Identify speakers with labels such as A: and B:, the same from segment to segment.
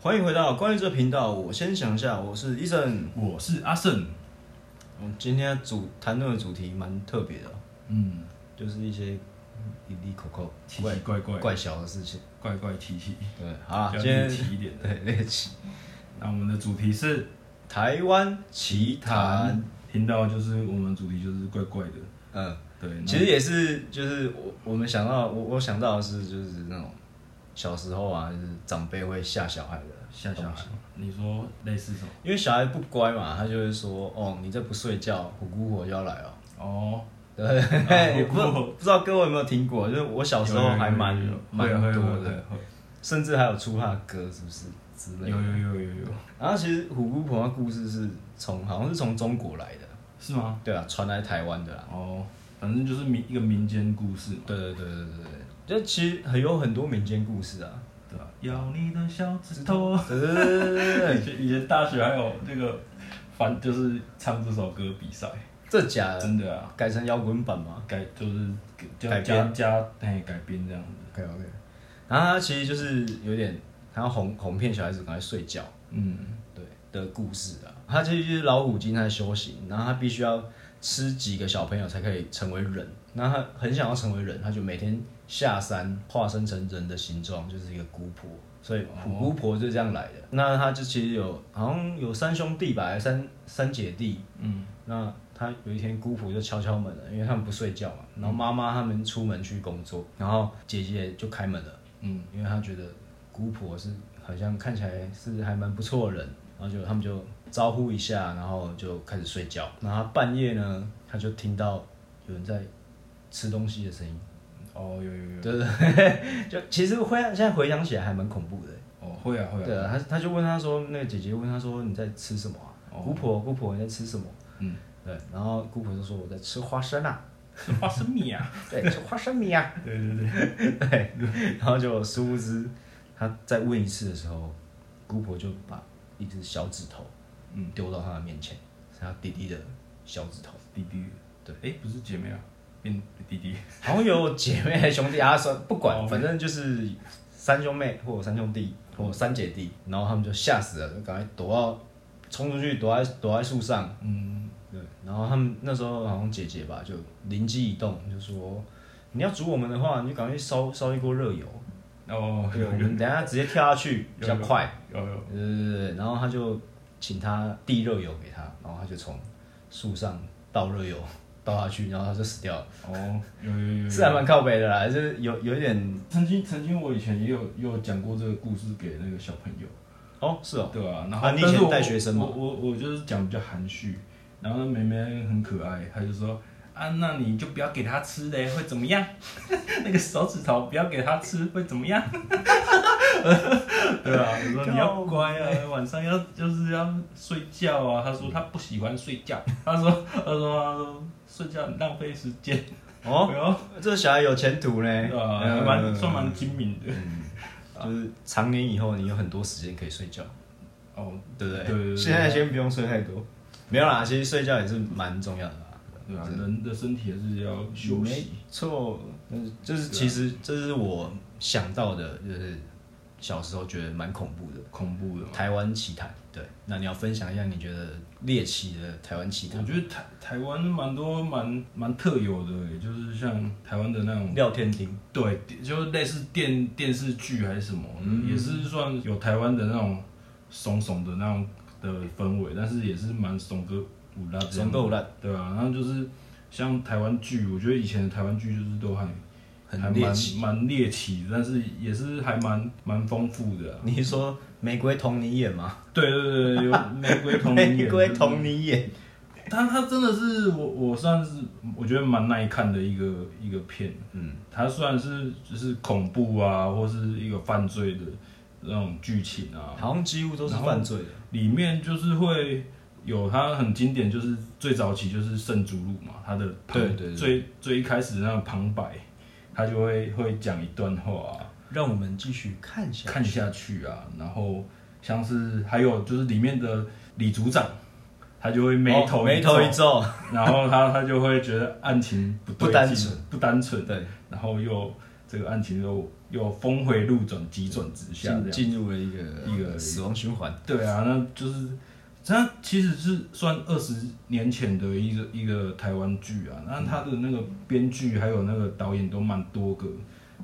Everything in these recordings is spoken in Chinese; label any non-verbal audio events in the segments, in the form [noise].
A: 欢迎回到关于这频道，我先想一下，我是医生。
B: 我是阿胜，
A: 我们今天主谈论的主题蛮特别的哦，
B: 嗯，
A: 就是一些一滴口口
B: 奇
A: 怪
B: 奇怪怪
A: 怪小的事情。
B: 怪怪奇奇，
A: 对，好啦，
B: 比较
A: 今
B: 猎
A: 天
B: 奇一点的。
A: [laughs] 对猎奇
B: 那我们的主题是
A: 台湾奇谈，，
B: 频道就是我们主题就是怪怪的，
A: 嗯，
B: 对，那
A: 其实也是就是我我们想到我我想到的是就是那种小时候啊，就是长辈会吓小孩的
B: 吓小
A: 东
B: 孩
A: 西。，
B: 你说类似什么？
A: 因为小孩不乖嘛，他就会说：“哦，你再不睡觉，虎姑婆就要来哦。”
B: 哦，
A: 对，
B: 啊
A: 不知道
B: 虎姑
A: 不知道各位有没有听过？就是我小时候还蛮
B: 哦有有有
A: 蛮
B: 会会
A: 多
B: 会
A: 的，
B: 会
A: 甚至还有出他的歌，是不是之
B: 会
A: 类
B: 有
A: 的？
B: 有有有有，
A: 然后其实虎姑婆的故事是从好像是从中国来的，
B: 是吗？
A: 对啊，传来台湾的啦。
B: 哦，反正就是民一个民间故事嘛，
A: 对对对对对对，就其实很有很多民间故事啊。
B: 对吧？咬你的小指头。
A: 对对对对对对
B: [laughs] 以前以前大学还有那个反就是唱这首歌比赛，
A: 这假的
B: 真的啊。
A: 改成摇滚版
B: [laughs]
A: 吗
B: 改就是
A: 改
B: 加加
A: 编
B: 加哎改编这样子，
A: ？OK OK，然后他其实就是有点，他要哄哄骗小孩子赶快睡觉。
B: 嗯，
A: 对的故事啊。他其实就是老虎精在修行，然后他必须要吃几个小朋友才可以成为人。那他很想要成为人，他就每天下山化身成人的形状，就是一个姑婆。所以虎姑婆就这样来的。那他就其实有好像有三兄弟吧，还是三三姐弟。
B: 嗯，
A: 那他有一天姑婆就敲敲门了，因为他们不睡觉嘛。然后妈妈他们出门去工作，然后姐姐就开门了。
B: 嗯，
A: 因为他觉得姑婆是好像看起来是还蛮不错的人，然后就他们就招呼一下，然后就开始睡觉。然后他半夜呢，他就听到有人在吃东西的声音， [laughs]
B: 哦，有有有，
A: 对对对，就其实回现在回想起来还蛮恐怖的。
B: 哦，会啊会啊，
A: 对啊，他他就问他说，那个姐姐问他说你在吃什么啊？
B: 哦
A: 姑婆姑婆你在吃什么？ [laughs]
B: 嗯，
A: 对，然后姑婆就说我在吃花生啊，
B: 是花生米啊，
A: 对，吃花生米啊。
B: 对对对，
A: 对，然后就殊不知，他再问一次的时候，姑婆就把一只小指头
B: 嗯，
A: 丢到他的面前，是他弟弟的小指头，
B: 弟弟，
A: 对，
B: 哎，不是姐妹啊，变弟弟，
A: 好像有姐妹还是兄弟啊，算不
B: 哦
A: 管，
B: ，OK
A: 反正就是三兄妹或者三兄弟或者三姐弟，然后他们就吓死了，就赶快躲到冲出去，躲在躲在树上，
B: 嗯，
A: 对，然后他们那时候好像姐姐吧，就灵机一动，就说你要煮我们的话，你就赶快去烧烧一锅热油，
B: 哦，
A: 对，
B: 有
A: 我
B: 有
A: 们等一下直接跳下去比较
B: 有有
A: 快。
B: 有有，
A: 对对对，对然后他就请他递热油给他，然后他就从树上倒热油倒下去，然后他就死掉了，
B: 哦，有有有有，
A: 嗯是还啊蛮靠北的啦，就是有有一点
B: 曾经曾经我以前也有也有讲过这个故事给那个小朋友，
A: 哦，是哦，
B: 对啊，然
A: 啊
B: 后
A: 你以
B: 但是
A: 前
B: 我
A: 带学生吗
B: 我我我就是讲比较含蓄，然后那妹妹很可爱，她就说啊，那你就不要给她吃嘞，会怎么样？ [laughs] 那个手指头不要给她吃，会怎么样？对啊，我说你要乖啊，晚上要就是要睡觉啊。她说她不喜欢睡觉，她说她说她说睡觉很浪费时间。
A: 哦，
B: 哦，
A: 这小孩有前途呢，
B: 对啊，还蛮算蛮精明的。
A: 就是呃长年以后你有很多时间可以睡觉，
B: 哦，
A: 对不对？
B: 对对对
A: 现在先不用睡太多，没有啦，其实睡觉也是蛮重要的啦。
B: 对啊，人的身体还是要休
A: 没
B: 息。
A: 错，嗯就是
B: 对啊
A: 其实这是我想到的，就是小时候觉得蛮恐怖的。
B: 恐怖的嘛。
A: 台湾奇谈，对，那你要分享一下你觉得猎奇的台湾奇
B: 我
A: 谈？
B: 觉得台台湾蛮多蛮蛮特有的耶，就是像台湾的那种，
A: 廖天丁，
B: 对，就是类似电电视剧还是什么，
A: 嗯
B: 也是算有台湾的那种怂怂的那种的氛围，但是也是蛮怂哥五辣这
A: 总
B: 样，
A: 够烂，
B: 对啊，然后就是像台湾剧，我觉得以前的台湾剧就是都还还
A: 很猎
B: 蛮
A: 奇。
B: 蛮猎奇的，但是也是还蛮蛮丰富的啊、啊
A: 你是说玫瑰同你演 [laughs] 吗？
B: 对对对，对
A: [laughs]
B: 有玫瑰童林
A: 玫
B: 演
A: 瑰
B: 就是
A: 同你演，
B: 他他真的是我我算是我觉得蛮耐看的一个一个片，
A: 嗯，
B: 它虽然是就是恐怖啊，或是一个犯罪的那种剧情啊，
A: 好像几乎都是犯罪的。
B: 里面就是会有它很经典，就是最早期就是圣主路嘛，他的旁
A: 对对对
B: 最最一开始那个旁白，他就会会讲一段话、啊，
A: 让我们继续看下去。
B: 看下去啊，然后像是还有就是里面的李组长，他就会眉头
A: 哦眉头
B: 皱
A: 一皱，
B: 然后他他就会觉得案情不对
A: 不单
B: 劲
A: 纯，
B: 不单纯，
A: 对，
B: 然后又这个案情又又峰回路转，急转直下这
A: 进
B: 样。
A: 进入了一个
B: 一个
A: 死亡循环。
B: 对啊，那就是那其实是算二十年前的一个一个台湾剧啊，那他的那个编剧还有那个导演都蛮多个。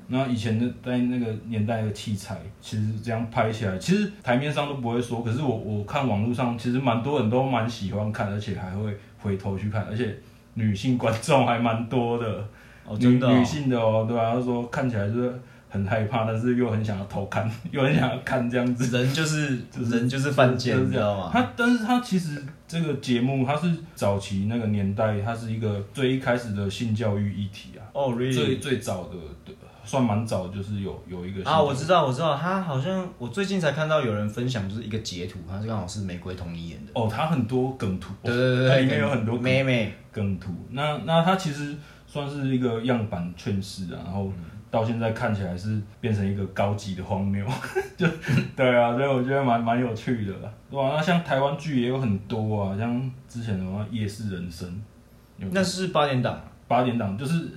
B: 那以前的在那个年代的器材，其实这样拍起来，其实台面上都不会说，可是我我看网络上，其实蛮多人都蛮喜欢看，而且还会回头去看，而且女性观众还蛮多的。
A: 哦，
B: 女
A: 真的、哦
B: 女，性的哦，对吧、啊？她说看起来就是很害怕，但是又很想要偷看， [laughs] 又很想要看这样子。
A: 人就是
B: 就是
A: 人就是犯
B: 就
A: 贱，
B: 是
A: 你
B: 这
A: 知道吗？
B: 他但是他其实这个节目，它是早期那个年代，它是一个最一开始的性教育议题啊，
A: 哦
B: 最
A: ，really？
B: 最早的，对算蛮早，就是有有一个性
A: 啊，
B: 教育
A: 我知道，我知道，他好像我最近才看到有人分享，就是一个截图，他是刚好是玫瑰童妮演的。
B: 哦，它很多梗图，
A: 对对对
B: 它
A: 对，
B: 里面
A: 跟
B: 有很多梗
A: 妹妹，
B: 梗图。那那它其实算是一个样板劝世啊，然后
A: 嗯
B: 到现在看起来是变成一个高级的荒谬， [laughs] 就对啊，所以我觉得蛮蛮有趣的啦，对吧、那像台湾剧也有很多啊，像之前的话《夜市人生》有，
A: 那是八点档，
B: 八点档就是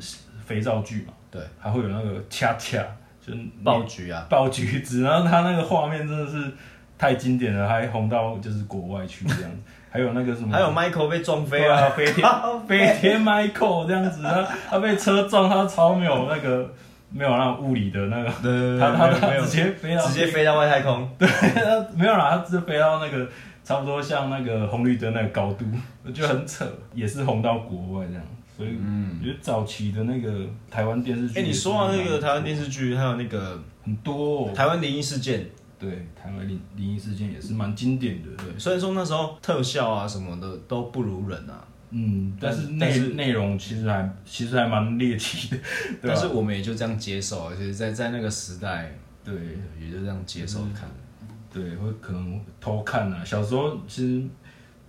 B: 肥皂剧嘛，
A: 对，
B: 还会有那个恰恰，就是
A: 爆菊啊，
B: 爆橘子，然后他那个画面真的是太经典了，还红到就是国外去
A: [laughs]
B: 这样，还有那个什么，
A: 还有 Michael 被撞飞
B: 飞
A: 啊，
B: 啊，飞天
A: [laughs]
B: 飞天 Michael 这样子，他他被车撞，他超没有那个没有那种物理的那个，
A: 对对
B: 他
A: 对，
B: 他
A: 呃没
B: 他
A: 有
B: 直接飞到
A: 直接飞到外太空，
B: 对，他 [laughs] 没有啦，他直接飞到那个差不多像那个红绿灯那个高度，我觉得很扯，也是红到国外这样，所以我觉得早期的那个台湾电视剧，
A: 哎、你说到那个台湾电视剧，还有那个
B: 很多、哦，
A: 台湾灵异事件，
B: 对台湾灵灵异事件也是蛮经典的，
A: 对，虽然说那时候特效啊什么的都不如人啊，
B: 嗯，但是
A: 但
B: 内
A: 是
B: 内容其实还其实还蛮猎
A: [laughs]
B: 奇的， [laughs] 对
A: 但
B: 啊吧？
A: 是我们也就这样接受，而且在在那个时代，
B: 对。
A: 也就这样接受看。
B: 对，会可能偷看啊。小时候其实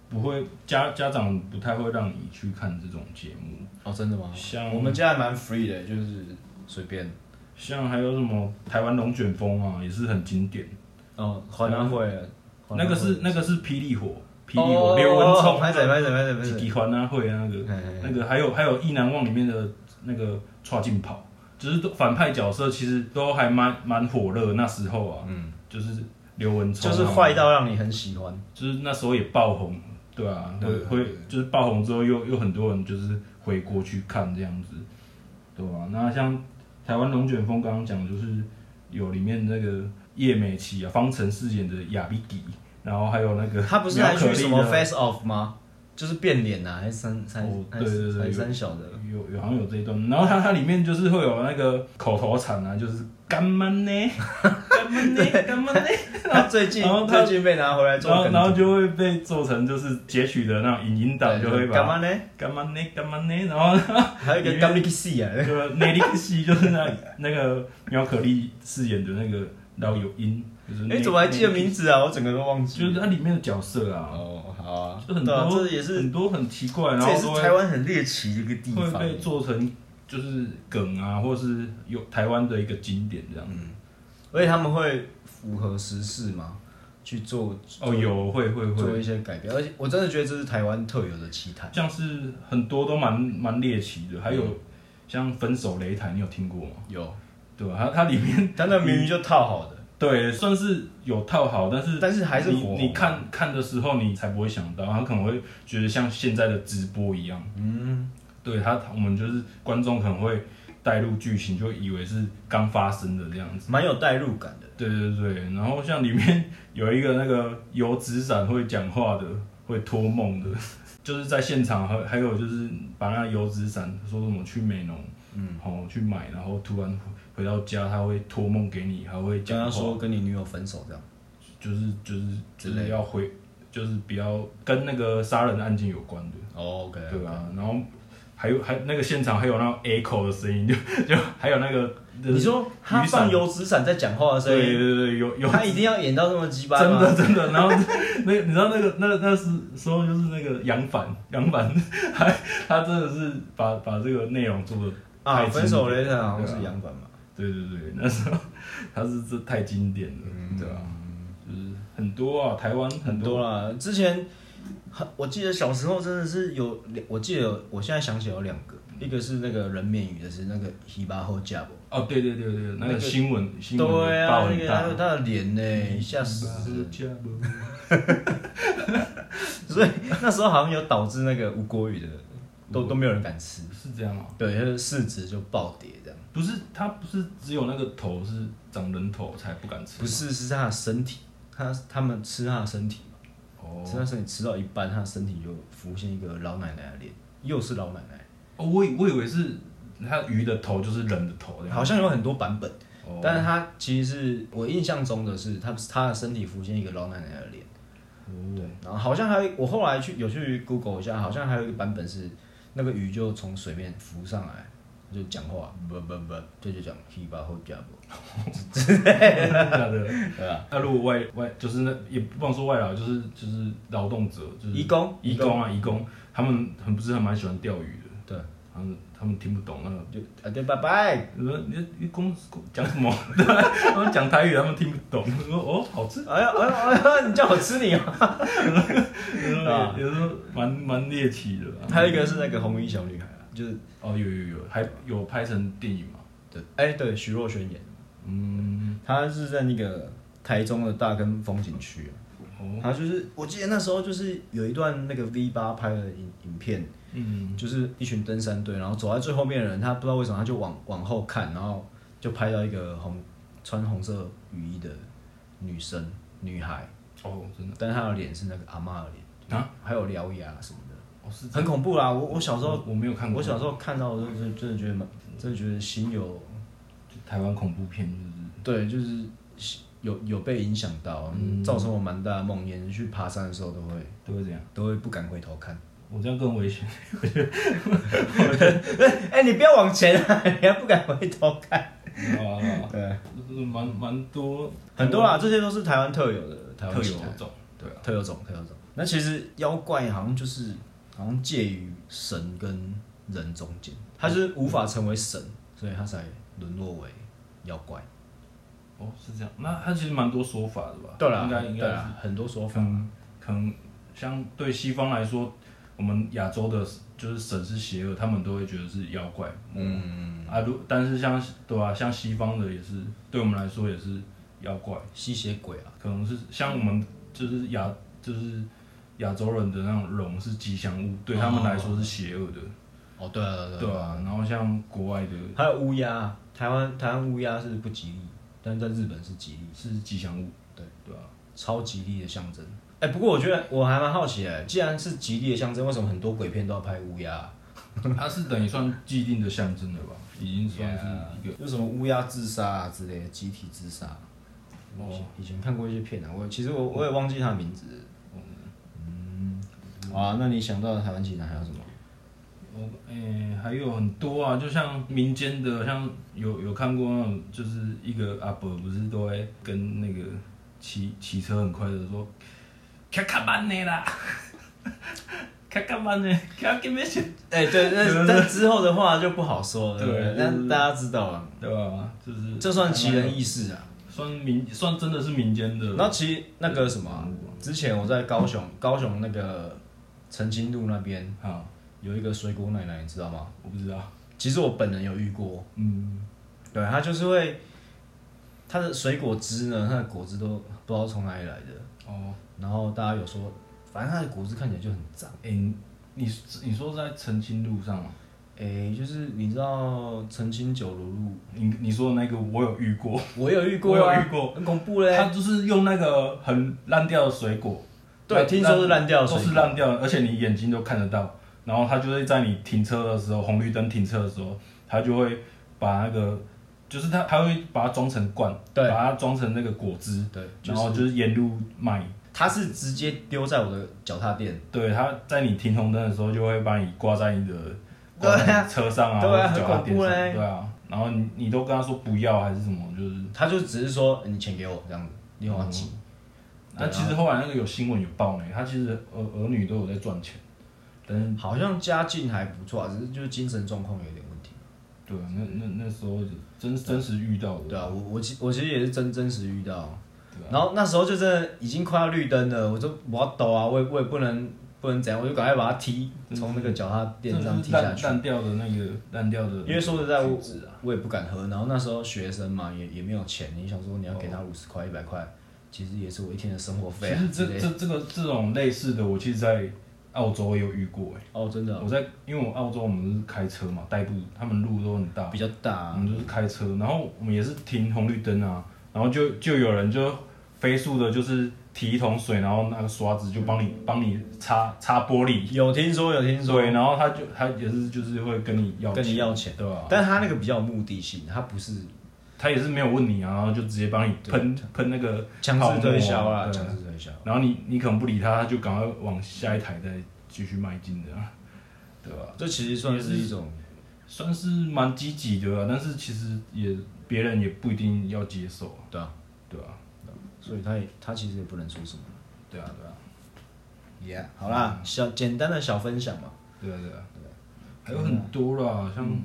B: 不会，家家长不太会让你去看这种节目，
A: 哦，真的吗？
B: 嗯像
A: 我们家还蛮 free 的，就是随便。
B: 像还有什么台湾龙卷风啊，也是很经典。
A: 哦，华南会啊，
B: 那个是那个是霹雳火，霹雳
A: 哦
B: 火刘文聪
A: 拍仔拍仔拍仔拍
B: 几
A: 仔，
B: 几环啊会啊那个
A: 嘿嘿
B: 那个还有还有《意难忘》里面的那个跨境跑，就是都反派角色其实都还蛮蛮火热那时候啊，嗯，就是刘文聪、
A: 就
B: 啊、
A: 是坏到让你很喜欢。
B: 就是那时候也爆红，对啊，
A: 对
B: 会会就是爆红之后又又很多人就是回国去看这样子，对啊，那像台湾龙卷风刚刚讲就是有里面那个叶美琪啊，方程饰演的亚比吉，然后还有那个
A: 他不是还去什么
B: 苗可丽的
A: face off 吗？就是变脸呐、啊，还是三三
B: 哦
A: 还
B: 对对
A: 是
B: 对
A: 还是
B: 有
A: 三小的。
B: 有有好像有这一段，然后它它里面就是会有那个口头禅啊，就是干
A: [laughs]
B: 嘛呢，干嘛呢，干嘛呢，
A: 他最近
B: 然后他
A: 最近被拿回来做
B: 然后
A: 梗
B: 然后
A: 图
B: 就会被做成就是截取的那种影音档，就会
A: 干
B: 把
A: 嘛呢？
B: 干嘛呢，干嘛呢，然后。
A: 还有一个 g a m i k C 啊，
B: 就内力戏就是那那个苗可丽饰演的那个老友音，就是
A: 哎、
B: 内
A: 怎么还记得？名字啊？我整个都忘
B: 内就
A: 记
B: 是
A: 了。
B: 它里面的角色啊，
A: 哦，好啊，
B: 就很
A: 对
B: 多、
A: 啊，这也是
B: 很多很奇怪，然
A: 这
B: 后
A: 也是
B: 都会
A: 台湾很猎奇的一个地
B: 会
A: 方。
B: 被做成就是梗啊，或是有台湾的一个经典这样。
A: 而且他们会符合时事嘛，去做
B: 哦，有会会会，
A: 做一些改变，而且我真的觉得这是台湾特有的奇谈。
B: 像是很多都蛮蛮猎奇的，还
A: 嗯
B: 有、像分手擂台，你有听过吗？
A: 有，
B: 对吧、它它里面
A: 他那名语就套好的，
B: 对算是有套好，但是
A: 但是还是
B: 你
A: 火红啊
B: 你看看的时候，你才不会想到，他可能会觉得像现在的直播一样，嗯，对他，我们就是观众可能会带入剧情，就以为是刚发生的这样子。
A: 蛮有代入感的。
B: 对对对，然后像里面有一个那个油纸伞会讲话的，会托梦的， [laughs] 就是在现场还还有就是把那个油纸伞说什么去美容，嗯，好、去买，然后突然回回到家他会托梦给你，还会
A: 跟
B: 讲
A: 他
B: 话。
A: 说跟你女友分手这样，
B: 就是就是就
A: 之类
B: 是要回，就是比较跟那个杀人案件有关的，
A: 哦，OK，
B: 对啊，然后还有还那个现场还有那种 echo 的声音，就 [laughs] 就还有那 [laughs] 个
A: 你说他
B: 雨伞
A: 放油纸伞在讲话的声
B: 对
A: 音，
B: 对对有有
A: 他一定要演到这么鸡巴
B: 真
A: 吗？
B: 的真的，然后那你知道那个那那时时候就是那个杨凡杨凡，他他真的是把把这个内容做的
A: 啊，分手擂台好像是杨管嘛。
B: 对啊对对，那时候他是这太经典了，对啊，就是很多啊，台湾
A: 很
B: 很多
A: 多啦。之前很我记得小时候真的是有两，我记得有我现在想起来有两个，一个是那个人面鱼的是那个希巴后架不？
B: 哦，对对对对，
A: 那
B: 那
A: 个
B: 个新闻新闻嗯
A: 对
B: 有报
A: 啊，那
B: 很
A: 个还有
B: 大。
A: 他的脸呢，吓死啊
B: [laughs] 啊
A: 人！所以那时候好像有导致那个吴国语的都都没有人敢吃，
B: 是这样哦，
A: 对，就是市值就暴跌这样。
B: 不是他不是只有那个头是长人头才不敢吃，
A: 不是，是他的身体，他他们吃他的身体嘛，
B: 哦
A: 吃他身体吃到一半，他的身体就浮现一个老奶奶的脸，又是老奶奶，
B: 哦，我以我以为是他鱼的头就是人的头这样，
A: 好像有很多版本，
B: 哦
A: 但是他其实是我印象中的是，他他的身体浮现一个老奶奶的脸。
B: 哦
A: 对，然后好像还有我后来去有去 Google 一下，好像还有一个版本是那个鱼就从水面浮上来，就讲话，不不不，这就讲 he 巴后加不，
B: 真的假的？
A: [laughs] 对啊，
B: 那如果外外就是那也不能说外劳，就是就是劳动者，就是
A: 移工
B: 移工啊，移工，他们很不是很蛮喜欢钓鱼的，
A: 对，
B: 他们他们听不懂那个。
A: 就啊对，拜拜，
B: 你说你的愚公讲什么？ [laughs] 对吧他们讲台语，他们听不懂。我说哦，好吃。
A: 哎呀 [laughs] 哎呀哎呀，你叫我吃你哦。
B: 有时
A: 啊
B: 候有时候蛮蛮猎奇的啊。
A: 还有一个是那个红衣小女孩啊，就是
B: 哦，有有有，还有拍成电影嘛？
A: 对，哎对，徐若瑄演，
B: 嗯，
A: 她是在那个台中的大坑风景区啊，
B: 哦，
A: 她就是我记得那时候就是有一段那个 V 八拍的影影片，
B: 嗯，
A: 就是一群登山队，然后走在最后面的人，他不知道为什么他就往往后看，然后就拍到一个红穿红色雨衣的女生女孩，
B: 哦，真的
A: 但是她的脸是那个阿嬷的脸
B: 啊，
A: 还有獠牙什么的，
B: 哦是
A: 很恐怖啦！我我小时候
B: 我没有看过，
A: 我小时候看到的时候，就是真的觉得蛮，真的觉得心有
B: 就台湾恐怖片就是
A: 对，就是心有有被影响到，
B: 嗯
A: 造成我蛮大的梦魇。去爬山的时候都会
B: 都会这样。
A: 都会不敢回头看。
B: 我这样更危险。
A: [laughs] 哎、你不要往前啊！ [laughs] 你还不敢回头看？
B: 好啊好啊
A: [laughs] 对，
B: 就是蛮蛮多
A: 很多啦，这些都是台湾特有的台湾
B: 特
A: 奇
B: 有
A: 谈
B: 种，对啊，
A: 特有种，特有种。那其实妖怪好像就是好像介于神跟人中间，他就是无法成为神，所以他才沦落为妖怪。
B: 哦是这样，那它其实蛮多说法的吧？
A: 对啦，
B: 应该应
A: 对
B: 该
A: 啦，很多说
B: 可
A: 法。
B: 能可能相对西方来说，我们亚洲的就是神是邪恶，他们都会觉得是妖怪
A: 嗯，
B: 啊。如但是像对啊，像西方的也是对我们来说也是妖怪，
A: 吸血鬼啊，
B: 可能是像我们就是亚就是亚洲人的那种龙是吉祥物，对他们来说是邪恶的，
A: 哦，对啊，对啊对
B: 对
A: 啊，
B: 啊。然后像国外的
A: 还有乌鸦，啊台湾台湾乌鸦是不吉利，但在日本是吉利，
B: 是吉祥物，
A: 对
B: 对啊。
A: 超吉利的象征。哎、不过我觉得我还蛮好奇哎，既然是吉利的象征，为什么很多鬼片都要拍乌鸦啊、
B: [laughs] 它是等于算既定的象征了吧？已经算是一个
A: 有什么乌鸦自杀啊之类的集体自杀。
B: 哦
A: 哦，以前看过一些片啊，我其实我我也忘记他的名字。嗯，好啊，那你想到的台湾奇男还有什么？
B: 我诶、还有很多啊，就像民间的，像有有看过那种，就是一个阿伯不是都会跟那个骑骑车很快的说，卡卡班的啦，卡卡班的，卡给没钱，
A: 哎、对， [laughs] 那那之后的话就不好说了，
B: 对
A: 对不对，
B: 就是
A: 那大家知道了，
B: 对吧？就是
A: 这算奇人异事啊。
B: 算民算真的是民间的，
A: 然后其实那个什么啊、之前我在高雄，高雄那个澄清路那边
B: 啊，
A: 有一个水果奶奶，你知道吗？
B: 我不知道，
A: 其实我本人有遇过，
B: 嗯，
A: 对，它就是会，它的水果汁呢，它的果汁都不知道从哪里来的。
B: 哦，
A: 然后大家有说，反正它的果汁看起来就很脏。
B: 诶、你你说是在澄清路上啊吗？
A: 诶，就是你知道澄清酒如露，
B: 你你说的那个我有遇过，
A: 我有遇过、啊，
B: 我有遇过
A: 很恐怖
B: 他
A: 嘞。
B: 就是用那个很烂掉的水果，
A: 对听说是烂掉的水
B: 都
A: 果
B: 是烂掉的，而且你眼睛都看得到。然后他就会在你停车的时候，红绿灯停车的时候，他就会把那个，就是他他会把它装成罐，
A: 对
B: 把它装成那个果汁，
A: 对，就
B: 然
A: 是
B: 后就是沿路卖。
A: 它是直接丢在我的脚踏垫，
B: 对，他在你停红灯的时候，就会把你挂在你的
A: 对啊
B: 挂在你车上啊，
A: 对啊
B: 或者脚踏
A: 很恐
B: 垫上
A: 怖嘞
B: 对啊。然后你你都跟他说不要还是什么，就是
A: 他就只是说你钱给我这样子，你好急。
B: 那其实
A: 啊
B: 后来那个有新闻有报呢，他其实儿儿女都有在赚钱，但是
A: 好像家境还不错啊，只是就是精神状况有点问题。
B: 对啊，那那那时候真真实遇到的，
A: 对啊，我我其我其实也是真真实遇到，
B: 对
A: 啊然后那时候就真的已经快要绿灯了，我就我要抖啊，我也我也不能不不能怎样，我就赶快把它踢从那个脚踏垫上踢下
B: 烂
A: 去。
B: 烂掉的那个烂掉的，
A: 因为说实在，我
B: 橘子
A: 我也不敢喝。然后那时候学生嘛，也也没有钱，你想说你要给他五十块、一百块，其实也是我一天的生活费
B: 哦其
A: 啊
B: 实
A: 之
B: 这
A: 类
B: 这
A: 的。
B: 这个这种类似的，我其实在澳洲也有遇过哎、
A: 哦，真的
B: 我在因为我澳洲我们是开车嘛，代步，他们路都很大
A: 比，较大
B: 我
A: 啊、
B: 们就是开车，然后我们也是停红绿灯啊，然后就就有人就飞速的，就是提一桶水，然后那个刷子就帮你帮你擦擦玻璃，
A: 有听说有听说，
B: 对，然后他就他也是就是会跟你要
A: 跟你要钱
B: 对吧、
A: 但他那个比较有目的性，他不是
B: 他也是没有问你啊，然后就直接帮你喷喷那个
A: 强制推销啦，
B: 泡沫啊对
A: 强制推销。
B: 然后你你可能不理他，他就赶快往下一台再继续迈进的，啊对吧？
A: 这其实算是一种，
B: 算是蛮积极的、啊，但是其实也别人也不一定要接受啊，
A: 对啊，
B: 对吧、
A: 所以他也他其实也不能说什么。
B: 对啊，对啊，
A: Yeah，好啦，小简单的小分享嘛。
B: 对啊，对啊，对啊，还有很多啦，像
A: 嗯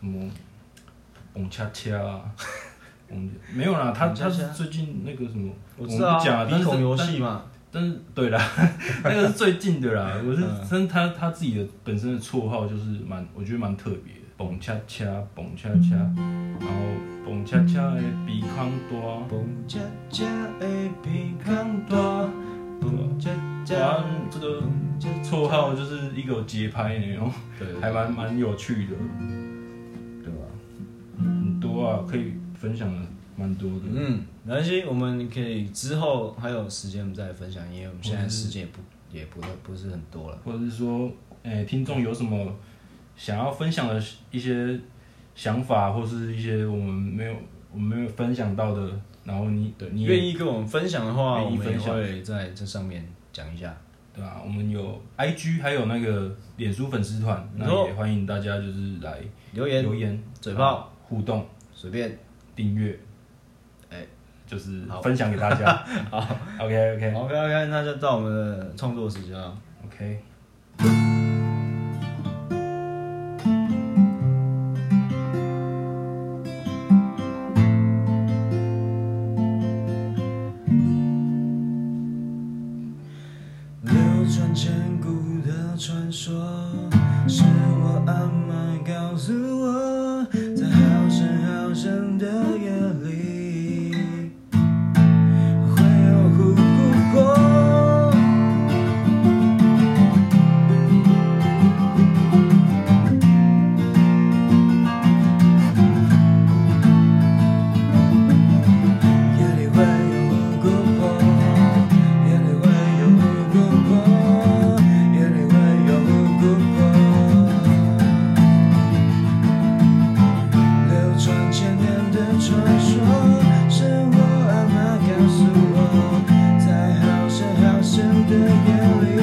B: 什么蹦恰恰啊， [laughs] 蹦没有啦，他
A: 蹦恰
B: 他
A: 恰
B: 是最近那个什么，
A: 我
B: 们
A: 知
B: 不
A: 道
B: 讲
A: 啊，
B: 啊，但
A: 鼻
B: 是
A: 孔游戏嘛，
B: 但是对啦， [laughs] 那个是最近的啦。我是真的他他自己的本身的绰号就是蛮，我觉得蛮特别的，蹦恰恰蹦恰恰，然后蹦恰恰的鼻孔大，
A: 蹦恰恰的鼻孔大，蹦恰恰
B: 哇，这个
A: 蹦恰
B: 绰号就是一个有节拍的那种，
A: 对
B: 还蛮蛮有趣的，对吧？很多啊，可以分享的蛮多的。
A: 嗯，没关系，我们可以之后还有时间我们再来分享，因为我们现在时间也不也不不是很多了。
B: 或者是说，诶、听众有什么想要分享的一些想法，或是一些我们没有我们没有分享到的，然后你对你
A: 愿意跟我们分享的话，我
B: 愿意
A: 们也
B: 分享
A: 会在这上面讲一下。
B: 对吧、我们有 IG，还有那个脸书粉丝团，
A: 没
B: 那
A: 错
B: 也欢迎大家就是来
A: 留言、
B: 留言、
A: 嘴炮、
B: 互动、
A: 随便。
B: 订阅，
A: 哎
B: 就是
A: 好
B: 分享给
A: [laughs]
B: 大家。好，OK OK
A: OK OK，那就到我们的创作时间啊了。
B: OK，
A: 流传千古的传说，是我阿妈告诉我，在好深好深的夜里，会有琥珀火。夜里会有琥珀，夜里会有琥珀，夜里会有琥珀。流传千年的传说，是我阿妈告诉我，在好深好深的夜里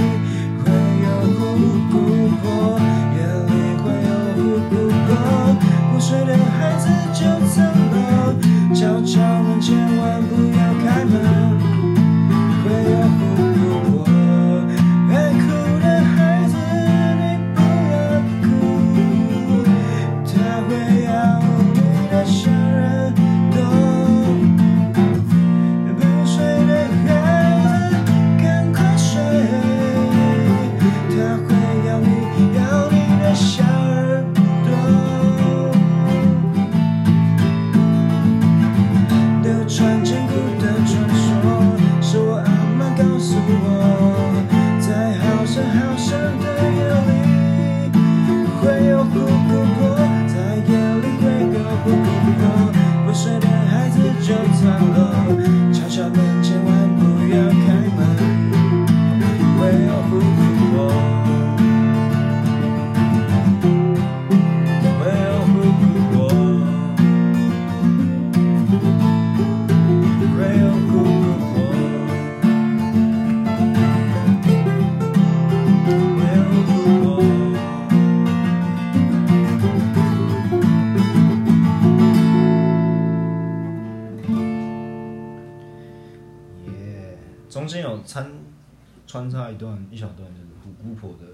A: 会有琥珀，夜里会有琥珀，不睡的孩子就走了。敲敲门，千万不要开门，会有琥珀。爱哭的孩子，你不要哭，他会要你的信任。懂？不睡的孩子，赶快睡，他会要你要你的小耳朵。流传千古的传说，是我阿妈告诉我，在好深好深的夜里会有琥珀，在夜里会有琥珀，不睡的孩子就走了，敲敲门，千万不要开门，会有琥珀，会有琥珀。real good boy. Real good boy. Yeah，中间有穿穿插一段一小段就是古古朴的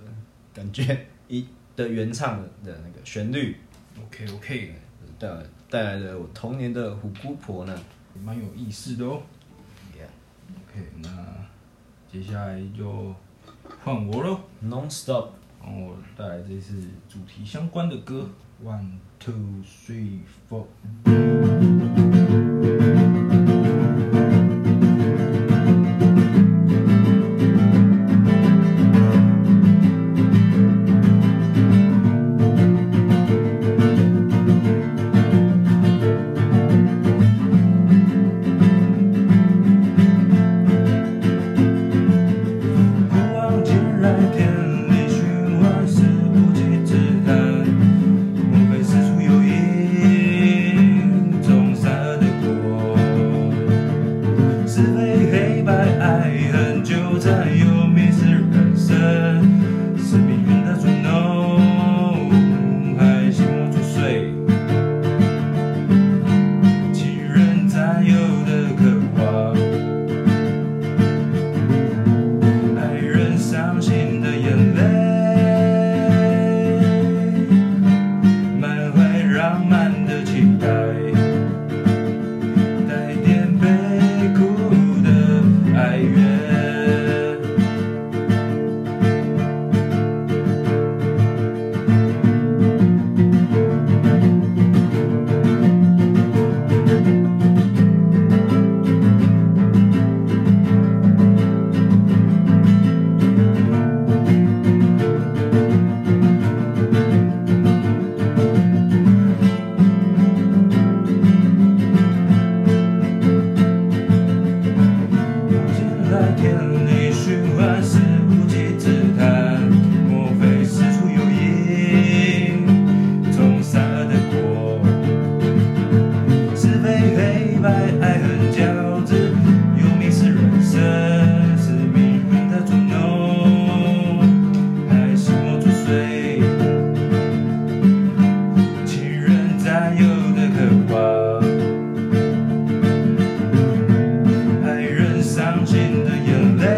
A: 感觉，一的原唱的那个旋律
B: OK OK，
A: 带来带来的我童年的虎姑婆呢。
B: 蛮有意思的哦。
A: Yeah.
B: OK，那接下来就换我喽，
A: Non stop，
B: 然后我带来这次主题相关的歌，One Two Three Four。不忘尽来天理循环，死不及自叹。莫非世俗有因，种下的果？是非黑白爱恨纠缠，又迷失人生。是命运的捉弄，还心魔作祟。其人占有的刻画。爱人伤心的眼泪，满怀浪漫的期待，带点悲苦的哀怨。进来天理循环，是无稽之谈。莫非事出有因，种下的果？是非黑白，爱恨交织，又迷失人生，是命运的捉弄，还是我作祟？情人占有的刻画。爱人伤心的眼泪，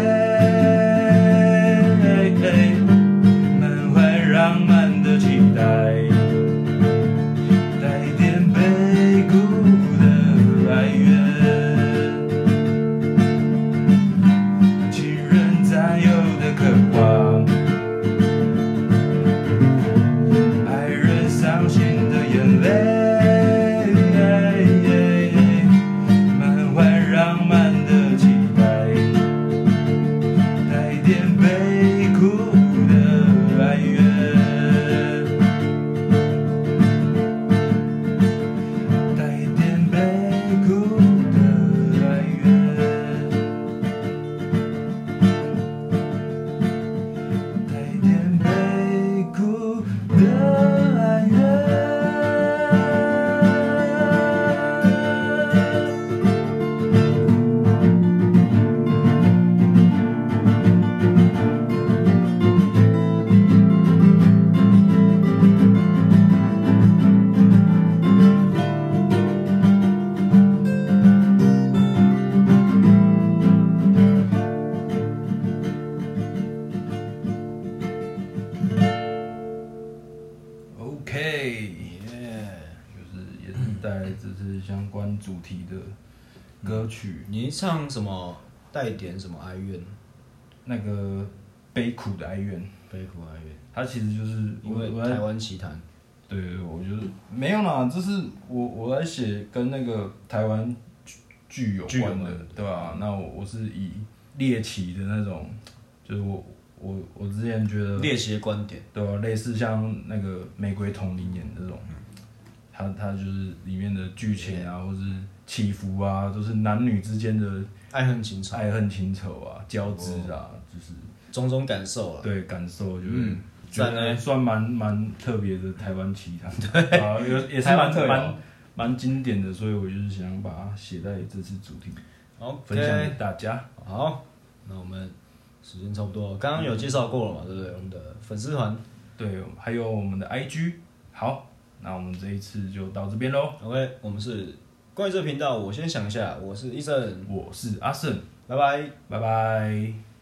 B: 满怀浪漫的期待，带点悲苦的哀怨，情人占有的渴望，爱人伤心的眼泪。满怀浪漫的期待，带点悲苦的哀怨，带点悲苦的哀怨，带点悲苦的哀怨。OK，就是也是带来这次相关主题的歌曲，
A: 你一唱什么带点什么哀怨，
B: 那个悲苦的哀怨，
A: 悲苦哀怨，
B: 它其实就是
A: 因
B: 我
A: 为
B: 我
A: 台
B: 在
A: 湾奇谭，
B: 对对，对我就是没有啦，这是我我在写跟那个台湾剧剧有
A: 剧有
B: 关的
A: 关的，
B: 对吧、那我我是以猎奇的那种，就是我我我之前觉得
A: 猎奇的观点，
B: 对啊，类似像那个《玫瑰同林演》这种，
A: 嗯
B: 它它就是里面的剧情啊，或是起伏啊，都是男女之间的
A: 爱恨情仇，
B: 爱恨情仇啊、交织啊，就是
A: 种种感受啊了。
B: 对感受就是。
A: 哦嗯
B: 觉
A: 赞欸
B: 得算蛮蛮特别的台湾奇谈，对啊，有也是
A: 台湾
B: 蛮
A: 特有
B: 蛮蛮经典的，所以我就是想把它写在这次主题分享
A: OK，
B: 给大家。
A: 好，那我们时间差不多了，刚刚有介绍过了嘛，对不对？我们的粉丝团
B: 对，还有我们的 IG，好，那我们这一次就到这边喽。
A: ，OK，我们是关于这个频道，我先想一下，我是医生，
B: 我是阿胜，
A: 拜拜。
B: 拜拜。